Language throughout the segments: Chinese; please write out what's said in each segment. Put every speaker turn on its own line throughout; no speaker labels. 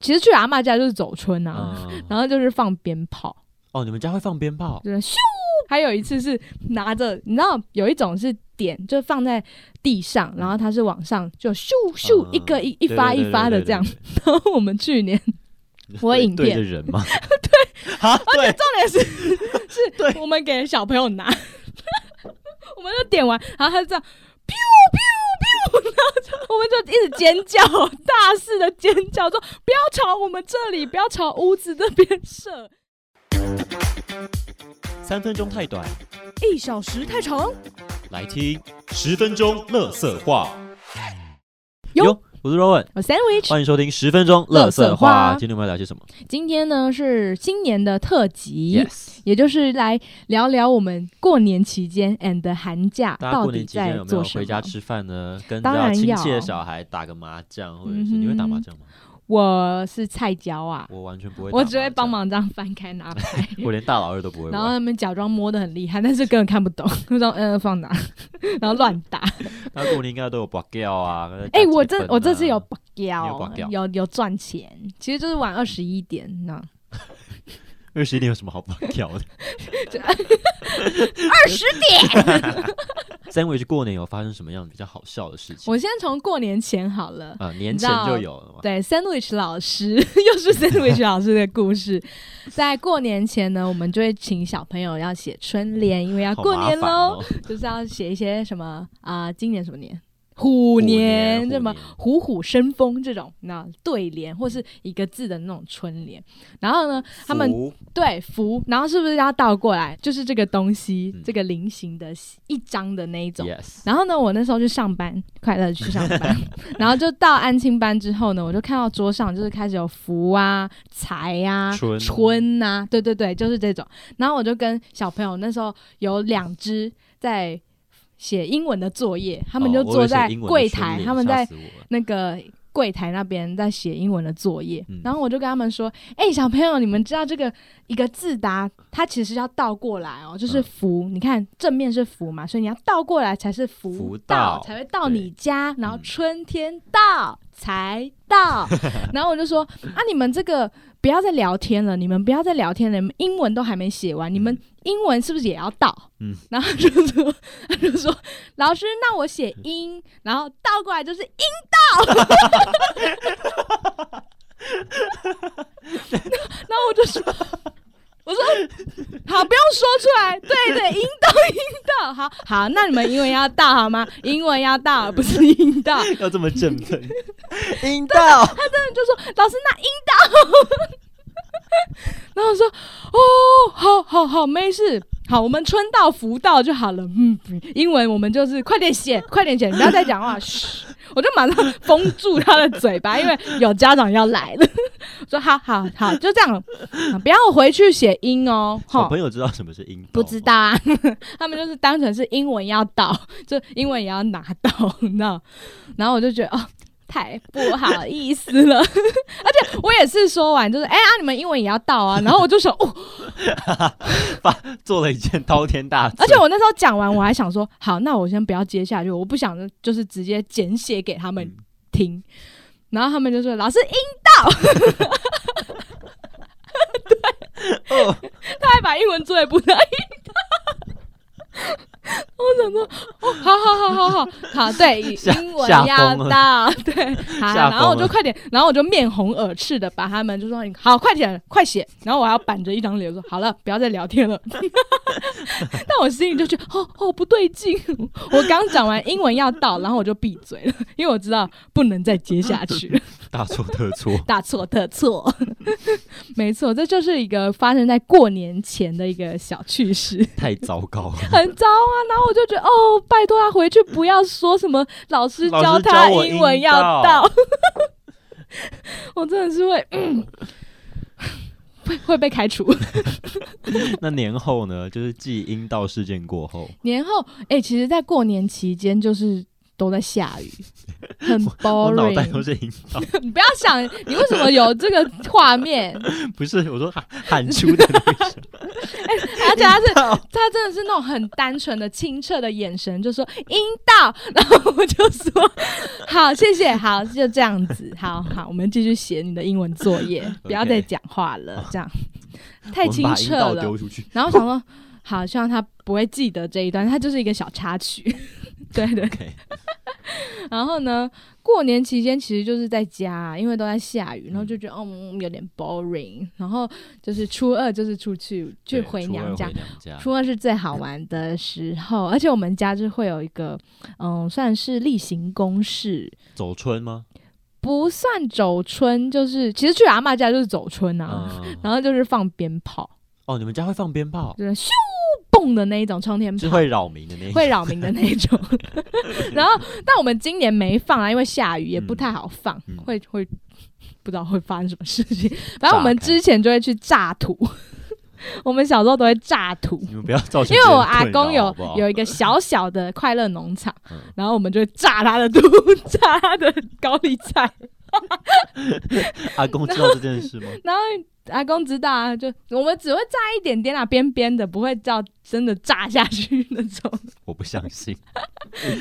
其实去阿嬷家就是走春啊，
嗯，
然后就是放鞭炮，
哦，你们家会放鞭炮？
就是咻。还有一次是拿着，你知道有一种是点，就放在地上，然后它是往上就咻咻、
嗯
一个一一发一发的这样。，然后我们去年我影
对
片
着人吗？对，啊，对，
重点是
对
是我们给小朋友拿， 我们就点完，然后他就这样。biu biu biu，然后就我们就一直尖叫，大肆的尖叫，说不要朝我们这里，不要朝屋子这边射，
三分钟太短，
一小时太长。
来听十分钟乐色话。
哟，
我是 Rowan，
我 sandwich，
欢迎收听十分钟乐色话。今天我们要聊些什么
今天呢是新年的特辑
？Yes，
也就是来聊聊我们过年期间 and 寒假
大家
到
过
底
年期间
在
有没
做
有
什
回家
么。
吃饭呢？跟
当
到
然
亲
要
戚的小孩打个麻将，或者是
嗯哼
你会打麻将吗？
我是菜椒啊，
我完全不会，
我只会帮，忙这样翻开 拿牌，
我连大老二都不会
然后
玩。
他们假装摸得很厉害，但是根本看不懂， 就说嗯放哪， 然后乱 打。
那过年应该都有拔掉啊。
哎、
哎
我这我这次有爆
你有
掉
绑，掉
有有赚钱，其实就是晚二十一点呢，
二十一点有什么好拔掉 的？
二十点。
Sandwich 过年有发生什么样比较好笑的事情？
我先从过年前好了。
啊、年
你知
前
道
就有了嘛。
对，Sandwich 老师 又是 Sandwich 老师的故事。在过年前呢，我们就会请小朋友要写春联，因为要
好
啊过
麻
年
烦
喽，
哦，
就是要写一些什么啊、今年什么年？ 虎
年
年，
虎
什么
年
虎虎生风这种，那对联或是一个字的那种春联。然后呢，他们
福
对福，然后是不是要倒过来？就是这个东西，
嗯
这个菱形的一张的那一种。
yes，
然后呢，我那时候去上班，快乐地去上 班，然后就到安亲班之后呢，我就看到桌上就是开始有福啊、财啊、
春
春啊，对对对，就是这种。然后我就跟小朋友那时候有两只在写英文的作业，他们
哦
就
我以
坐
为写
在
英文的
柜
春
台，
联
他们
吓
在
死我了
那个柜台那边在写英文的作业，
嗯
然后我就跟他们说：“哎、小朋友，你们知道这个一个字答，它其实要倒过来哦，就是
嗯
福。你看正面是福嘛，所以你要倒过来才是福
福
到，
到
才会到你家。然后
嗯
春天到才到。 然后我就说：啊，你们这个不要再聊天了，你们不要再聊天了，你们英文都还没写完，你们
嗯
英文是不是也要倒？”
嗯
然后他就说，他就说，老师，那我写英，然后倒过来就是 然后我就说，我说好，不用说出来，对对，阴道阴道，好好，那你们英文要到好吗？英文要到，不是阴道。
要这么振 奋，阴道
就说老师那阴道，然后我说哦，好好好，没事。好，我们春到福到就好了。嗯，英文我们就是快点写，快点写，不要再讲话。嘘，我就马上封住他的嘴巴，因为有家长要来了。我说好好好，就这样，啊不要回去写音哦。吼
小朋友知道什么是阴道？
不知。道啊， 他们就是当成是英文要到，就英文也要拿到， 你知道？然后我就觉得哦，太不好意思了，而 且我也是说完就是，哎、啊，你们英文也要到啊，然后我就想，哦，
做了一件滔天大罪，
而且我那时候讲完，我还想说，好，那我先不要接下去，我不想就是直接简写给他们
嗯
听，然后他们就说，老师英，
哦，
他还把英文作业补到英到。我想说，哦，好好好好好好，对，
吓
英文
吓
要
疯了
到，对， 好，
吓
然后我
疯
就
了
快点，然后我就面红耳赤的把他们就说，你好，快点，快写，然后我还要板着一张脸说，好了，不要再聊天了。但我心里就觉得，哦哦，不对劲，我刚讲完英文要到，然后我就闭嘴了，因为我知道不能再接下去了。。
大错特错
大错特错， 没错，这就是一个发生在过年前的一个小趣事，
太糟糕了！
很糟啊。然后我就觉得，哦，拜托他回去不要说什么老师
老
教
师教
他
我
英文
阴
要
道
到， 我真的是会，嗯，会会被开除。
那年后呢？就是继阴道事件过后，
年后，哎、其实，在过年期间就是都在下雨，很
我脑袋都
boring。
是阴 道，
你不要想，你为什么有这个画面？
不是我说喊喊出的那一声，
而且他是他真的是那种很单纯的、清澈的眼神，就说阴道，然后我就说好，谢谢，好，就这样子，好好，我们继续写你的英文作 业，不要再讲话了，这样太
我们
清
把阴
澈
道
了。
丢 出去，
然后想说，好，希望他不会记得这一段，他就是一个小插曲。 对对，
OK，
然后呢，过年期间其实就是在家，因为都在下雨，然后就觉得嗯有点 boring，然后就是初二就是出去去
对
回
初二
娘家
回，娘家
初二是最好玩的时候，而且我们家就会有一个，嗯，算是例行公事，
走春吗？
不算走春，就是其实去阿嬷家就是走春啊，
嗯，
然后就是放鞭炮，
哦，你们家会放 鞭炮，
就是咻蹦的那一种冲天
是
炮，
会扰民的那一 种
会扰民的那一 种。然后，但我们今年没放啊，因为下雨也不太好放，
嗯嗯
会会不知道会发生什么事情。反 正我们
炸开
之前就会去炸土， 我们小时候都会炸土。
你们不要造
因
成别
为
人
我
困扰，
阿公有
好不好
有一个小小的快乐农场，
嗯
然后我们就会炸他的肚，炸他的高丽菜。
阿公知道这件事 吗？
然后阿公知道啊，就我们只会炸一点点啊，边边的，不会到真的炸下去那种。
我不相信，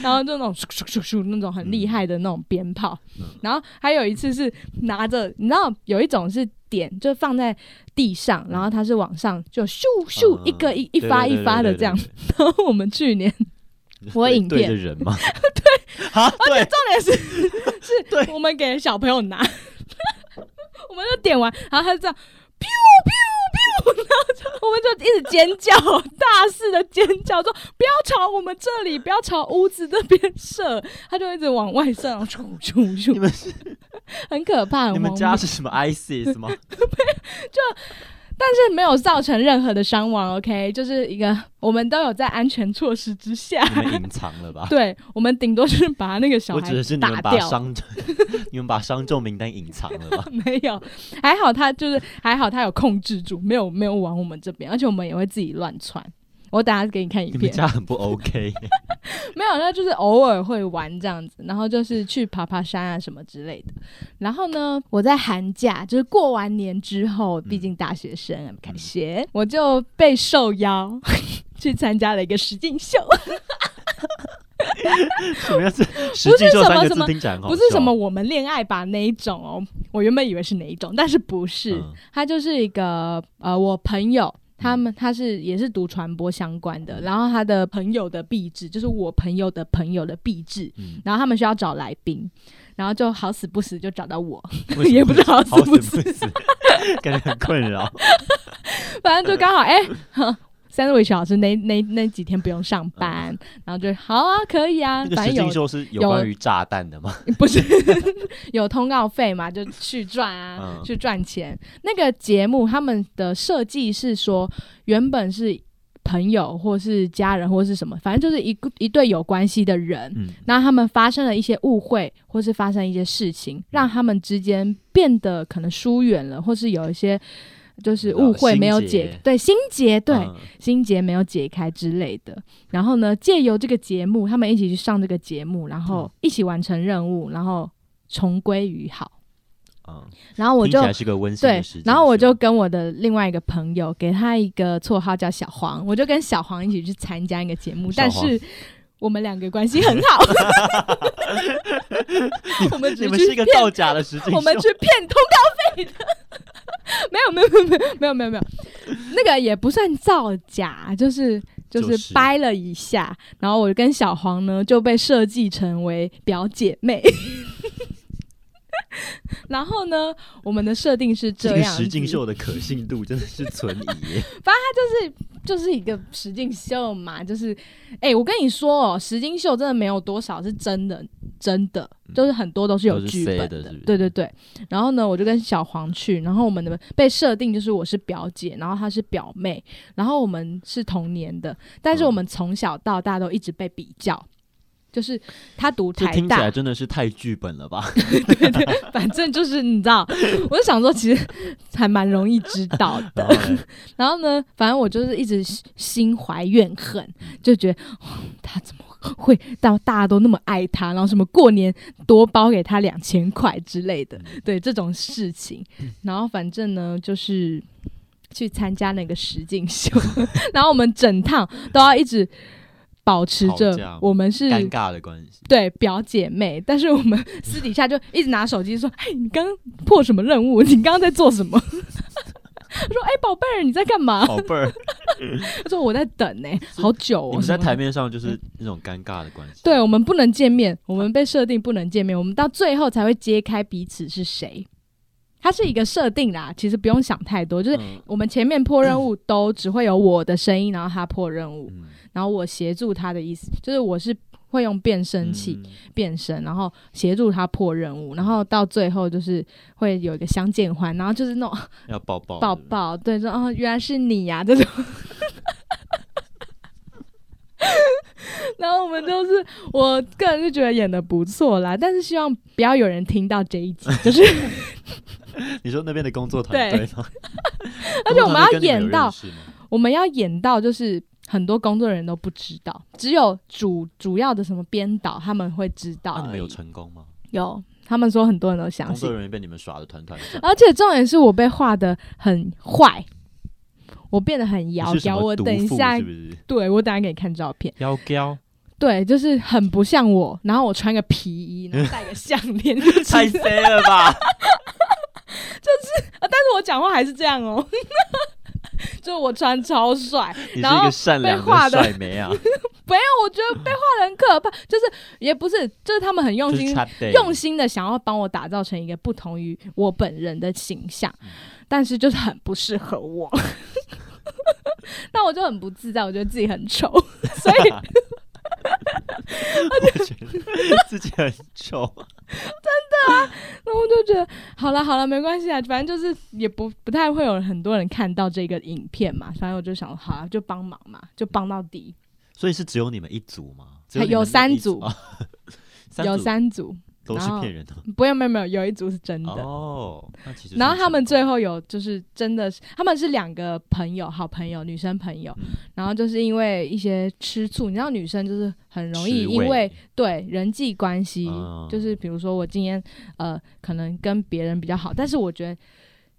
然后就那种咻咻咻咻那种很厉害的那种鞭炮。
嗯
然后还有一次是拿着，你知道有一种是点，就放在地上，然后它是往上就咻
啊嗯
咻一个一一发一发的这样。 然后我们去年我影
影对
片
着人吗？ 对，啊，对，
重点是
对
是，我们给小朋友拿， 我们就点完，然后他就这样。biu biu biu，然后就我们就一直尖叫，大肆的尖叫，说不要朝我们这里，不要朝屋子这边射，他就一直往外 射，然后咻咻
你
咻，
们
很可怕，很
你们
荒
家
谬
是什么 ISIS 吗？
但是没有造成任何的伤亡，OK，就是一个我们都有在安全措施之下，
你们隐藏了吧？
对我们顶多就是把那个小
我
孩
指的是你
打
们把
掉，
伤，你们把伤重名单隐藏了吧？
没有，还好他就是还好他有控制住，没有没有往我们这边，而且我们也会自己乱窜。我等下给你看 影
你们
片，
家很不 OK，
没有，那就是偶尔会玩这样子，然后就是去爬爬山啊什么之类的。然后呢，我在寒假，就是过完年之后，毕竟大学生
嗯
还没开学，我就被受邀 去参加了一个实境秀。
什么样子？实际就三个
什
字
么
听起来很好
不是什么我们恋爱吧那一种哦，我原本以为是哪一种，但是不是，
嗯
它就是一个呃，我朋友他们他是也是读传播相关
嗯
的，然后他的朋友的壁纸就是我朋友的朋友的壁纸，
嗯，
然后他们需要找来宾，然后就好死不死就找到我，
为什么
也不知道是
好
不
死
是
不死， 感觉很困 扰。
反正就刚好哎。哼 Sandwich 老师那那那几天不用上班，然后就好啊，可以啊
嗯那，个
反
实
正有
境秀是有
有
关于炸弹的吗？
不是有通告费嘛，就去赚啊，
嗯
去赚钱。那个节目他们的设计是说，原本是朋友或是家人或是什么，反正就是一个一对有关系的人，
嗯，
那他们发生了一些误会，或是发生一些事
嗯
情，让他们之间变得可能疏远了，或是有一些就是误会没有
啊心
解
结，
对心结，对、
嗯
心结没有解开之类的。然后呢，借由这个节目，他们一起去上这个节目，然
嗯
后一起完成任务，然后重归于好。
嗯，
然后我
听
就
起来是个温馨
对
的时，
然后我就 跟我的另外一个朋友，给他一个绰号叫小黄，我就跟小黄一起去参加一个节目，
小
但
黄
是我们两个关系很 好，我们只
你们
去
是一个
骗
造 假的实境秀，
我们去骗通告费的。 没有没有没有没有没有没有，那个也不算造假，就是就
就是是
掰了一下，然后我跟小黄呢就被设计成为表姐妹。 然后呢，我们的设定是
这
这
个
样子，
实境秀的可信度真的是存疑 耶。
就是一个实境秀嘛，就是，哎、我跟你说哦，实境秀真的没有多少是真的，真的
嗯
就是很多都是有剧本
都是塞的是不是
对对对。然后呢，我就跟小黄去，然后我们的被设定就是我是表姐，然后她是表妹，然后我们是同年的，但是
嗯
我们从小到大都一直被比较。就是她读
这
台
听起
大
来，真的是太剧本了吧？
反正就是你知道，我就想说，其实还蛮容易知道的。
然后 嘞
然后呢，反正我就是一直心心怀怨恨，
嗯
就觉得、 哦他怎么会到大家都那么爱他，然后什么过年多包给他两
嗯
千块之类的，对这种事情。然后反正呢，就是去参加那个实境秀， 然后我们整趟都要一直保持
吵
着
架
我们是
尴尬的关系。
对表姐妹，但是我们私底下就一直拿手机说：“ 哎，你刚刚破什么任务？你刚刚在做什么？” 我说：“哎，宝贝儿，你在干嘛
宝贝儿，？”
他说：“我在等呢、好久哦。”
你们在
什么
台面上就是那种尴尬的关系。
对，我们不能见面，我们被设定不能见面，我们到最后才会揭开彼此是谁。它是一个设定啦，其实不用想太多，就是
嗯，
我们前面破任务都只会有我的声音，然后他破任务，
嗯
然后我协助他的意思，就是我是会用变声器、，
嗯
变声，然后协助他破任务，然后到最后就是会有一个相见欢，然后就是那种
要抱抱
抱
对不对
抱，对，说哦原来是你呀、这种。然后我们就是，我个人是觉得演的不错啦，但是希望不要有人听到这一集，就是
你说那边的工作团队吗？
而且我们要
工作团队跟你有
演到
认识吗
我们要演到就是很多工作人员都不知道，只有主主要的什么编导他们会知道
那啊你
而
们
已、
有成功吗？
有，他们说很多人都相
工
信
作，人员被你们耍的团团转。
而且重点是我被画的很坏，我变得很妖
你是什
娇。
么
我
毒
等一
妇
下，
是不是？
对我等一下给你看照片。
妖娇，
对，就是很不像我。然后我穿个皮衣，然后戴个项链，就是
太 C 了吧？
但是我讲话还是这样哦， 就是我穿超帅，
你是
然
一
后
个善
被
良
画
的
得
帅梅 啊，
没有，我觉得被画的很可怕，就是也不是，就是他们很用
就
心
是 trap day，
用心的想要帮我打造成一个不同于我本人的形象，
嗯
但是就是很不适合我。 那我就很不自在，我觉得自己很丑， 所以
我觉得 自己很丑。
那我就觉得好了好了，没关系啊，反正就是也不不太会有很多人看到这个影片嘛，反正我就想好啊，就帮忙嘛，就帮到底。
所以是只有你们一组吗？只
有
有
三组
组， 哦三
有
组
三组，
都是
然后
骗人的
不用没有没有，有一组是真的。
哦。那其实
然后他们最
后
后有就是真的是，他们是两个朋友，好朋友，女生朋友。
嗯
然后就是因为一些吃醋，你知道女生就是很容易因为对人际关系，
嗯
就是比如说我今天呃可能跟别人比较好，但是我觉得。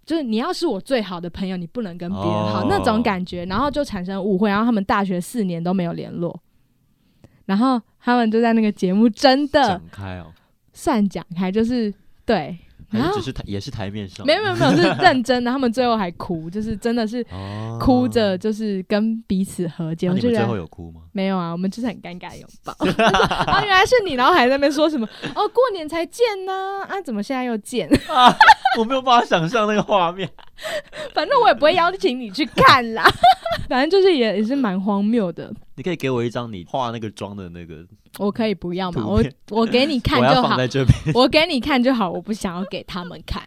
就是你要是我最好的朋友，你不能跟别人好、
哦
那种感觉，然后就产生误会，然后他们大学四年都没有联络，然后他们就在那个节目真的
展开哦，
算讲开，就是对，
还
然
是
后
只是台也是台面上
没有没有没有是认真的，他们最后还哭，就是真的是
哦
哭着，就是跟彼此和解，
那
我
你
就
们
觉
最
得
后有哭吗？
没有啊，我们就是很尴尬地拥抱。 啊，原来是你，然后还在那边说什么？哦，过年才见呢、啊，怎么现在又见？
啊，我没有办法想象那个画面。
反正我也不会邀请你去看啦。 反正就是也也是蛮荒谬的，
你可以给我一张你化那个妆的那个，
我可以不要嘛，
图
我
片
我给你看
我
就
要放
好，
在这边。
我给你看就好，我不想要给他们 看。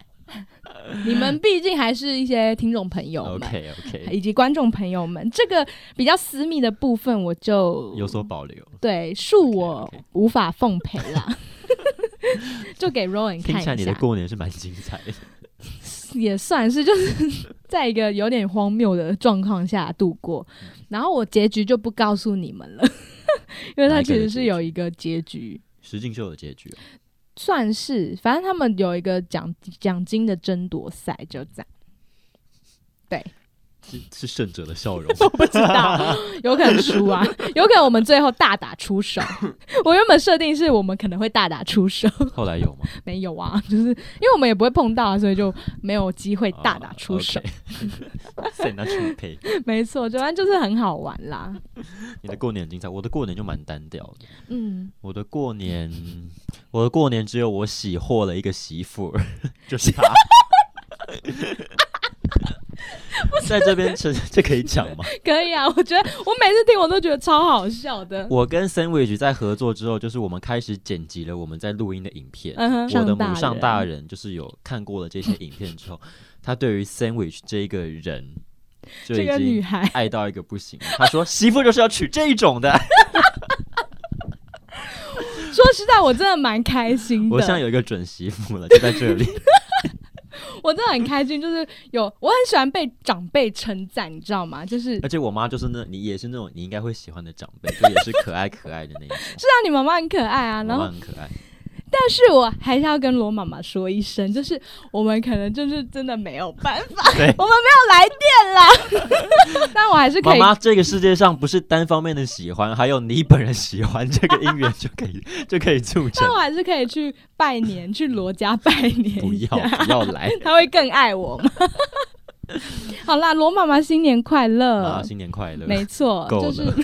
你们毕竟还是一些听众朋友们
OK OK，
以及观众朋友们，这个比较私密的部分我就
有所保留。
对，恕
OK，
我
OK
无法奉陪啦。 就给 Rowan
听
看一
起
下，
来你的过年是蛮精彩的。
也算是就是 在一个有点荒谬的状况下度过。然后我结局就不告诉你们了， 因为它
哪一个
其实
的
是
结
有一个结局，
石敬秀的结局哦，
算是反正他们有一个奖奖金的争夺赛，就这样。
是是胜者的笑容。
不知道，有可能输啊，有可能我们最后大打出手。 我原本设定是我们可能会大打出手，
后来有吗？
没有啊， 就是因为我们也不会碰到、啊，所以就没有机会大
啊
打出手。
塞纳楚佩，
没错，就反正就是很好玩啦。
你的过年很精彩，我的过年就蛮单调的。
嗯，
我的过年，我的过年只有我喜获了一个媳妇儿， 就 是她。在这边这这可以讲吗？
可以啊，我觉得我每次听我都觉得超好笑的。
我跟 Sandwich 在合作之后，就是我们开始剪辑了我们在录音的影片。
嗯哼，
我的
大
母上
人
大人就是有看过了这些影片之后，他对于 Sandwich 这一个人就
这
已
个女
经
孩，
爱到一个不行了。他说媳妇就是要娶这一种的。
说实在，我真的蛮开心的。
我现在有一个准媳妇了，就在这里。
我真的很开心，就是有我很喜欢被长辈称赞，你知道吗？就是
而且我妈就是那，你也是那种你应该 会喜欢的长辈，就也是可爱可爱的那一种。
是啊，你妈妈很可爱啊，
我
然
妈
后
很可爱，
但是我还是要跟罗妈妈说一
嗯
声，就是我们可能就是真的没有办法，
对
我们没有来电 啦。 但我还是可
妈
以，
妈，这个世界上不是单方面的喜欢，还有你本人喜欢这个姻缘就可以就可以促成
但。我还是可以去拜年，去罗家拜年。
不要不要来
他会更爱我吗？ 好啦，罗妈妈新年快乐！
啊！新年快乐！
呃没错，
够
就
了啊
是，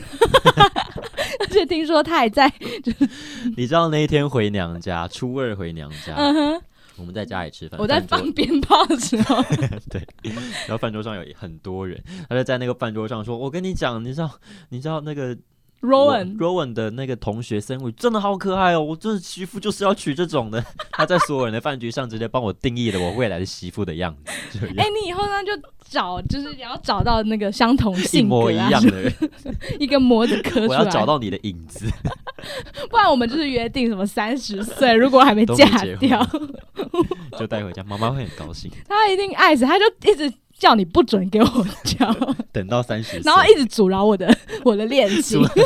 而且听说他还在，
你知道那一天回娘家，初二回娘家，
嗯哼，
我们在家里吃饭，
我在
饭桌
放鞭炮的时 候，
然后饭桌上有很多人，他就在那个饭桌上说：“我跟你讲，你知道，你知道那个
Rowan，
Rowan 的那个同学 sandwich 真的好可爱哦，我真的媳妇就是要娶这种的。” 他在所有人的饭局上直接帮我定义了我未来的媳妇的样子，这
哎、
样
你以后呢就找，就是你要找到那个相同
一
性格、啊，
模一样的人，
一个模子刻出
我
来。
要找到你的影子。
不然我们就是约定什么三十岁，如果还没
都没
嫁
结婚
掉，
就带回家，妈妈会很高兴。
他一定爱死，他就一直叫你不准给我叫，
等到三十，
然后一直阻挠我的 我的恋情
阻，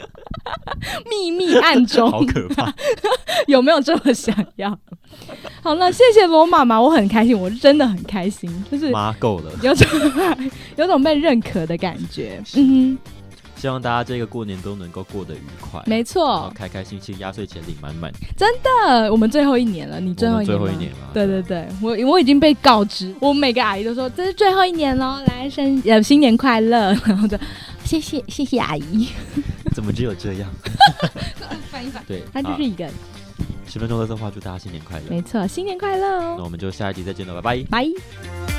秘密暗
好
中
可怕，
有没有这么想要？好了，谢谢罗妈妈，我很开心，我真的很开心，就是
妈够了。
有种 有种被认可的感觉。嗯哼，
希望大家这个过年都能够过得愉快，
没
然后
错，
开开心心，压岁钱领满满。
那我们最后一年了，你最
我
后
们
一
最
年
后一
吗？
年了，
对对对，我我已经被告知，我每个阿姨都说这是最后一年喽，来生呃新年快乐，然后就谢谢谢谢阿 姨，
怎么只有这样？
翻一翻，
对，
它就是一个、
啊十分钟的策划，祝大家新年快乐。
没错，新年快乐
那
哦，
我们就下一集再见了，拜拜。
拜。